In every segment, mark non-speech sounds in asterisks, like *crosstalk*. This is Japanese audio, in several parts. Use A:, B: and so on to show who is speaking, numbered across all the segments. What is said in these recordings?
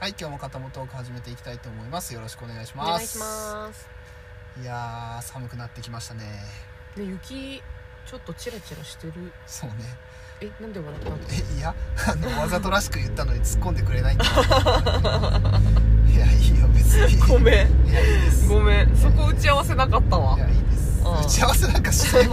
A: はい、今日も肩もトーク始めていきたいと思います。よろしくお願いし
B: お
A: ます。
B: 願いします、
A: いやー、寒くなってきましたね。
B: ね、雪ちょっとチラチラしてる
A: そうね。
B: えなんで笑った
A: え、
B: の
A: いや、あの、わざとらしく言ったのに突っ込んでくれないんだ。いや、いいよ、別に。
B: ごめん
A: いや、いいです。
B: ごめんそこ打ち合わせなかったわ
A: いや、いいです。
B: うん
A: 打ち合わせなんかしてよ。い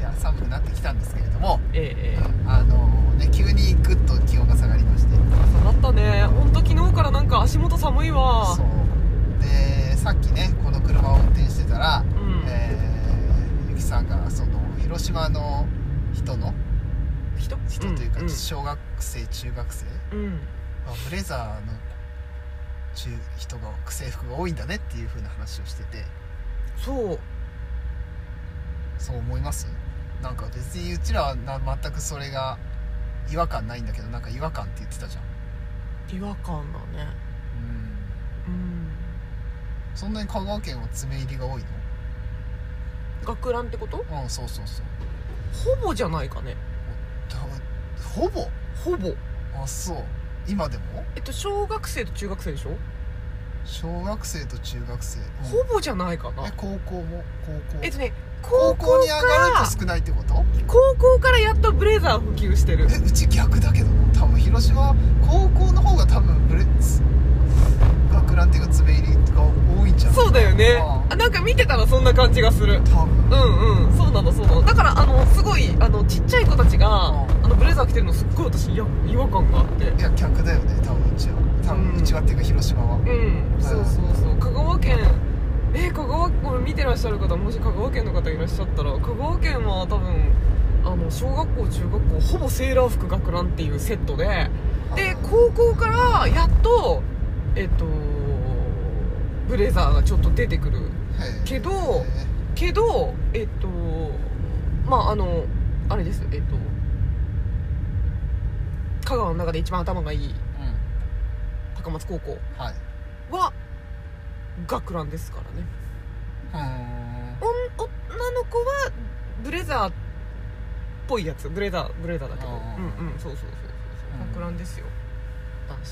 A: や、寒くなってきたんですけれども、
B: ええええ
A: あのね、急にぐっと気温が下がりまして。
B: 下がったね本当昨日からなんか足元寒いわ
A: そう。で、さっきね、この車を運転してたら、
B: うん、
A: えーゆきさんがその広島の人の
B: 人
A: 人というか
B: ん
A: 小学生、中学生
B: うん、うん
A: はブレザーの中人が制服が多いんだねっていう風な話をしてて
B: そう
A: そう思いますなんか別にうちらはな全くそれが違和感ないんだけどなんか違和感って言ってたじゃん
B: 違和感だね
A: うん
B: うん
A: そんなに香川県は爪入りが多い
B: 学ランってこと
A: のうんそうそうそう
B: ほぼじゃないかね
A: だほぼ
B: ほぼ
A: あそう今でも
B: えっと小学生と中学生でしょ、
A: 小学生と中学生、うん
B: ほぼじゃないかな
A: え高校も高校
B: えっとね
A: 高
B: 高
A: 校
B: 校
A: に上
B: か
A: がる
B: ら
A: と少ないってこと
B: 高校からやっとブレザー普及してる
A: えうち逆だけどな多分広島高校の方が多分ブレッツ学ランっていうか爪入りが多いんじゃん
B: そうだよね
A: う
B: あなんか見てたらそんな感じがする
A: 多分
B: うんうんそうなのそうなのだからあのすごいあのちっちゃい子たちが
A: うん
B: あのブレザー着てるのすっごい私いや違和感があって
A: いや逆だよね多分うちは多分
B: うん
A: うちはっていうか広島は
B: うんそうそうそう香川県えー香川これ見てらっしゃる方もし香川県の方いらっしゃったら香川県は多分あの小学校中学校ほぼセーラー服学ランっていうセットでで
A: あ
B: 高校からやっとえっとブレザーがちょっと出てくる
A: へえ
B: けど
A: へ
B: けどえっとまああのあれですえっと香川の中で一番頭がいい
A: えうん
B: 高松高校
A: はい
B: は学ランですからね
A: うーん
B: おん女の子はブレザーっぽいやつブレザーブレザーだけどう
A: あー
B: んうんそうそうそうそうそう
A: うん
B: 学ランですよ男子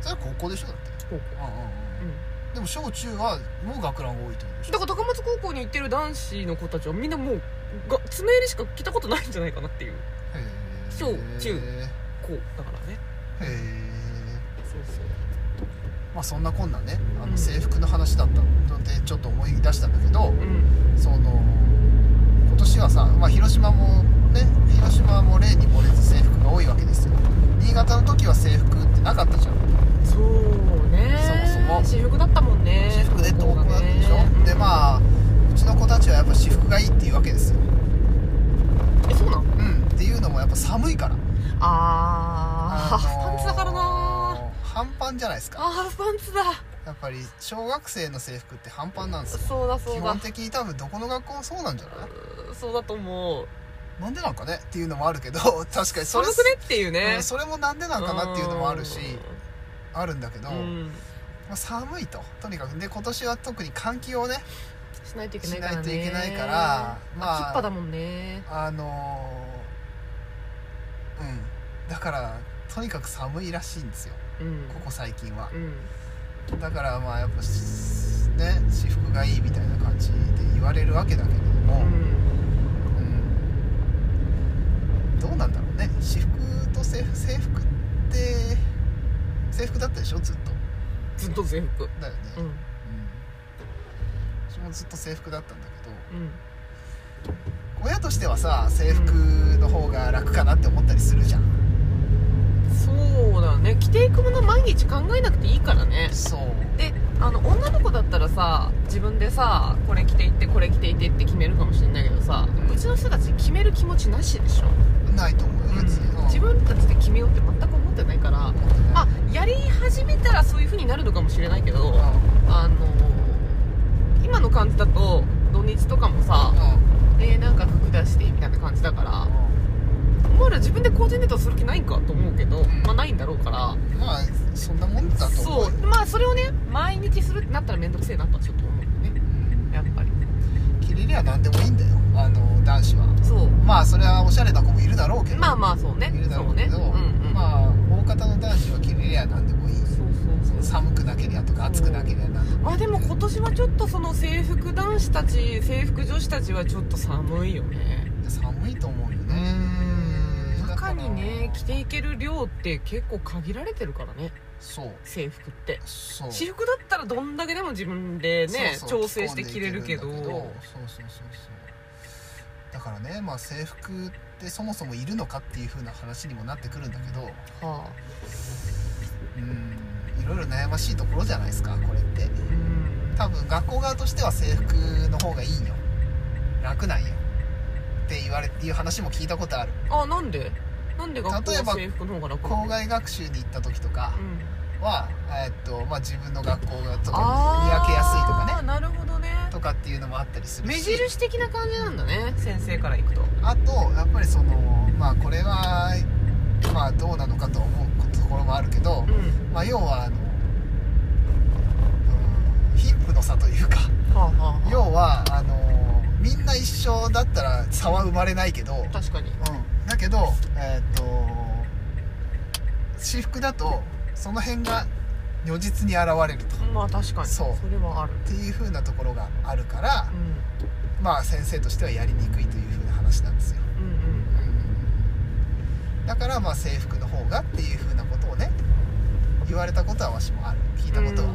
A: それは高校でしょだって
B: 高校
A: うんうん
B: う
A: うん
B: ん
A: でも小中はもう学ランが多いってことでしょ
B: だから高松高校に行ってる男子の子たちはみんなもうが爪入りしか着たことないんじゃないかなっていう
A: へえ
B: 小中
A: へ
B: 子だからね
A: え
B: そうそう
A: まあそんなこんなねあ
B: う
A: の
B: ん
A: 制服の話だったのでちょっと思い出したんだけど
B: うん
A: その今年はさ、まあ、広島もね広島も例に漏れず制服が多いわけですよ新潟の時は制服ってなかったじゃん
B: そうね
A: そもそも
B: 私服だったもんね
A: 私服でどうこうだったでしょ、で
B: あ
A: まあうちの子たちはやっぱ私服がいいって言うわけですよ
B: えそうなん
A: うんっていうのもやっぱ寒いから
B: あー、
A: のー
B: パンツだからな
A: 半パンじゃないですか
B: あーパンツだ
A: やっぱり小学生の制服って半パンなんですよ
B: そうだそ
A: 基
B: うだ
A: 本的に多分どこの学校もそうなんじゃない
B: そうだと思う
A: なんでなんかねっていうのもあるけ
B: *laughs*
A: ど確かにそ
B: 寒
A: れ
B: くねっていうね
A: うんそれもなんでなんかなっていうのもあるしあるんだけど、
B: うんうん
A: まあ寒いととにかくで今年は特に換気をね
B: しないといけな
A: し
B: いか
A: な
B: ら
A: い
B: ね
A: といけないからま
B: キッパだもんね
A: あのーうんだからとにかく寒いらしいんですよ
B: うん
A: ここ最近は
B: うん
A: だからまあやっぱしね私服がいいみたいな感じで言われるわけだけれど
B: う
A: も、
B: ん
A: うんどうなんだろうね私服と制服制服って制服だったでしょずっと
B: ずっと制服
A: だよね、
B: うん
A: うん私もずっと制服だったんだけど
B: うん
A: 親としてはさ制服の方が楽かなって思ったりするじゃん
B: そうだね着ていくもの毎日考えなくていいからね
A: そう
B: であの女の子だったらさ自分でさこれ着ていってこれ着ていってって決めるかもしれないけどさ、
A: う
B: うんちの人たち決める気持ちなしでしょ、
A: ないと思うよ別に、うん
B: 自分たちで決めようって全く思ってないから
A: 思ってない
B: まあやり始めたらそういう風になるのかもしれないけどあの今の感じだと土日とかもさ
A: うんうん
B: えー、なんか服出してみたいな感じだからお前ら自分でコーディネートする気ないんかと思うけど、
A: ん
B: まあないんだろうから
A: うんまあそんなもんだと思う
B: そ
A: よ
B: うまあそれをね毎日するってなったら面倒くせえなとはちょっと思うよね
A: うん
B: やっぱり
A: 着れりゃ何でもいいんだよあの男子は
B: そう
A: まあそれはおしゃれな子もいるだろうけど
B: まあまあそうね
A: いるだろ
B: そうう
A: け
B: ね
A: ど
B: うんうん、
A: まあ大方のに関しては着れりゃなんでもいい
B: そう
A: そ
B: そう
A: の
B: そう
A: 寒くなけりゃとか暑くなけりゃなんでもいい
B: まあでも今年はちょっとその制服男子たち制服女子たちはちょっと寒いよね
A: 寒いと思うよ
B: う
A: ね
B: ん
A: だか
B: 中
A: ら
B: にね着ていける量って結構限られてるからね
A: そう
B: 制服って
A: そう
B: 私服だったらどんだけでも自分でね
A: そうそう
B: 調整して着れるけど
A: 着込んでいけるんだけどそうそうそうそうだからねまあ制服ってそもそもいるのかっていう風な話にもなってくるんだけど
B: はあ
A: うんいろいろ悩ましいところじゃないですかこれって
B: うん
A: 多分学校側としては制服の方がいいよ楽なんよって言われいう話も聞いたことある
B: あなんでなんで学校
A: 例えば
B: は制服の方が楽なの
A: 校外学習に行った時とか
B: うん
A: は、えーっとまあ、自分の学校がとか見
B: あ
A: 分けやすいと
B: あ
A: か
B: ー
A: ね
B: なるほどね
A: とかっていうのもあったりする
B: 目
A: し
B: 印的な感じなんだね先生から行くと
A: あとやっぱりそのまあこれはまあどうなのかと思うところもあるけど
B: う、ん
A: まあ、要はあのうん貧富の差というか
B: はあはあは
A: 要はあのみんな一緒だったら差は生まれないけど、う
B: あ確かに
A: ん、だけどえーっと私服だとその辺が如実に現れると。
B: まあ確かに
A: そう
B: れはある
A: っていう風なところがあるから
B: う、ん
A: まあ先生としてはやりにくいという風な話なんですよ。
B: うんうん
A: だからまあ制服の方がっていう風なことをね言われたことはわしもある聞いたことは、
B: うん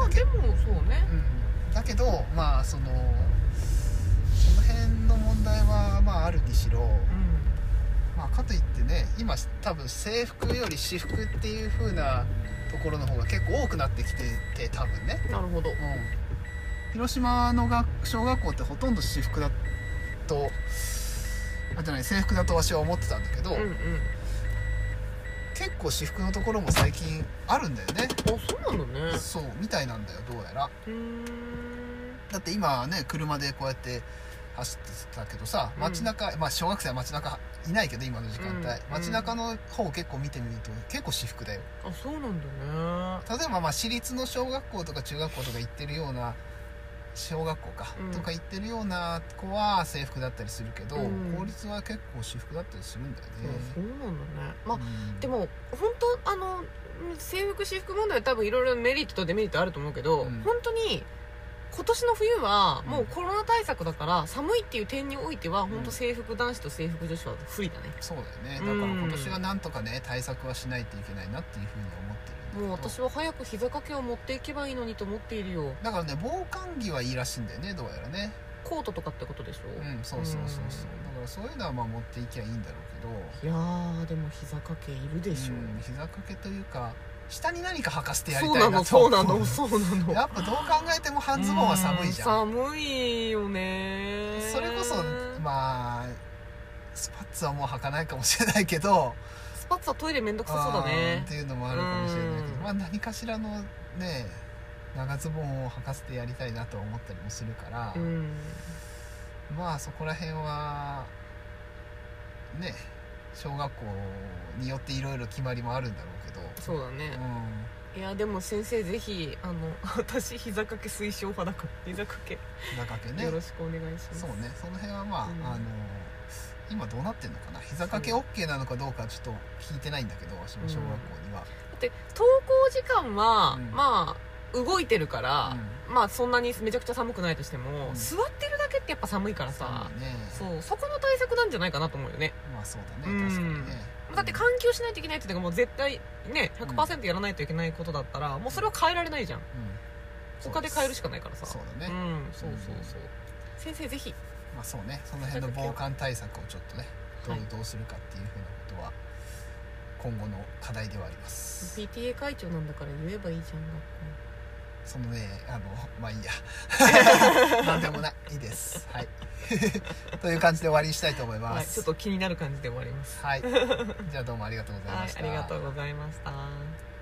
B: まあでもそうね
A: うんだけどまあそのその辺の問題はまああるにしろ、
B: うん
A: まあ、かといってね今多分制服より私服っていう風なところの方が結構多くなってきてて多分ね、
B: なるほど
A: うん、広島の学小学校ってほとんど私服だとあじゃない制服だとわしは思ってたんだけど、
B: うんうん
A: 結構私服のところも最近あるんだよね
B: あそうなんだね
A: そうみたいなんだよどうやら
B: うーん
A: だって今ね車でこうやって走ってたけどさ
B: うん
A: 街中、まあ小学生は街中いないけど今の時間帯、
B: うんうん
A: 街中の方結構見てみると結構私服だよ
B: あそうなんだね
A: 例えばまあ私立の小学校とか中学校とか行ってるような小学校か、
B: うん
A: とか行ってるような子は制服だったりするけど、
B: うん
A: 公立は結構私服だったりするんだよね、
B: そうなんだねまあ
A: うん
B: でも本当あの制服私服問題は多分いろいろメリットとデメリットあると思うけど、
A: うん
B: 本当に今年の冬は
A: うん
B: もうコロナ対策だから寒いっていう点においては
A: ん
B: 本当制服男子と制服女子は不利だね、
A: そうだよねだ
B: うん
A: から今年はなんとかね対策はしないといけないなっていうふうに思ってる
B: もうん
A: だけど
B: 私は早く膝掛けを持っていけばいいのにと思っているよ
A: だからね防寒着はいいらしいんだよねどうやらね
B: コートとかってことでしょ、
A: うんそうそうそうそうだからそういうのはまあ持っていきゃいいんだろう
B: いやーでも膝掛けいる
A: け
B: で
A: ど、
B: しょ、
A: うん、膝掛けというか下に何か履かせてやり
B: そう
A: た
B: ない
A: な
B: の
A: と
B: そうなのそうなの
A: *laughs* やっぱどう考えても半ズボンは寒いじゃん
B: う寒いよね
A: それこそまあスパッツはもう履かないかもしれないけど
B: スパッツはトイレめんどくさそうだ
A: あー
B: ね
A: っていうのもあるかもしれないけど、
B: うん
A: まあ何かしらのね長ズボンを履かせてやりたいなとは思ったりもするから、
B: うん
A: まあそこら辺はね小学校によっていろいろ決まりもあるんだろうけど
B: そうだ
A: う
B: ね
A: ん
B: いやでも先生ぜひあの私膝掛け推奨派だから膝掛け、
A: 膝掛けね
B: よろしくお願いします
A: そうねその辺はまあ、
B: うん
A: あの今どうなってんのかな膝掛け OK なのかどうかちょっと聞いてないんだけど私も小学校には、
B: だって登校時間は、
A: うん
B: まあ動いてるか
A: う
B: ら
A: ん、
B: まあそんなにめちゃくちゃ寒くないとしても、
A: うん
B: 座ってるだけってやっぱ寒いからさ、
A: そうね
B: そうそこの対策なんじゃないかなと思うよね
A: まあそうだ
B: うん
A: ね確かにね、
B: だって換気をしないといけないっていうのがもう絶対ね100%やらないといけないことだったら、もうそれは変えられないじゃん
A: うん
B: 他で変えるしかないからさ
A: そうだ
B: う
A: ね、
B: んそうそうそう先生ぜひ
A: まあそうねその辺の防寒対策をちょっとねどう,、
B: はい
A: どうするかっていうふうなことは今後の課題ではあります
B: PTA 会長なんだから言えばいいじゃん学
A: そのねあのまあいいや *laughs* なんでもないいいですはい *laughs* という感じで終わりにしたいと思い
B: 校
A: ま
B: はい
A: す
B: ちょっと気になる感じで終わります
A: はい、じゃあどうもありがとうござい
B: は
A: ま
B: い
A: した、
B: ありがとうございました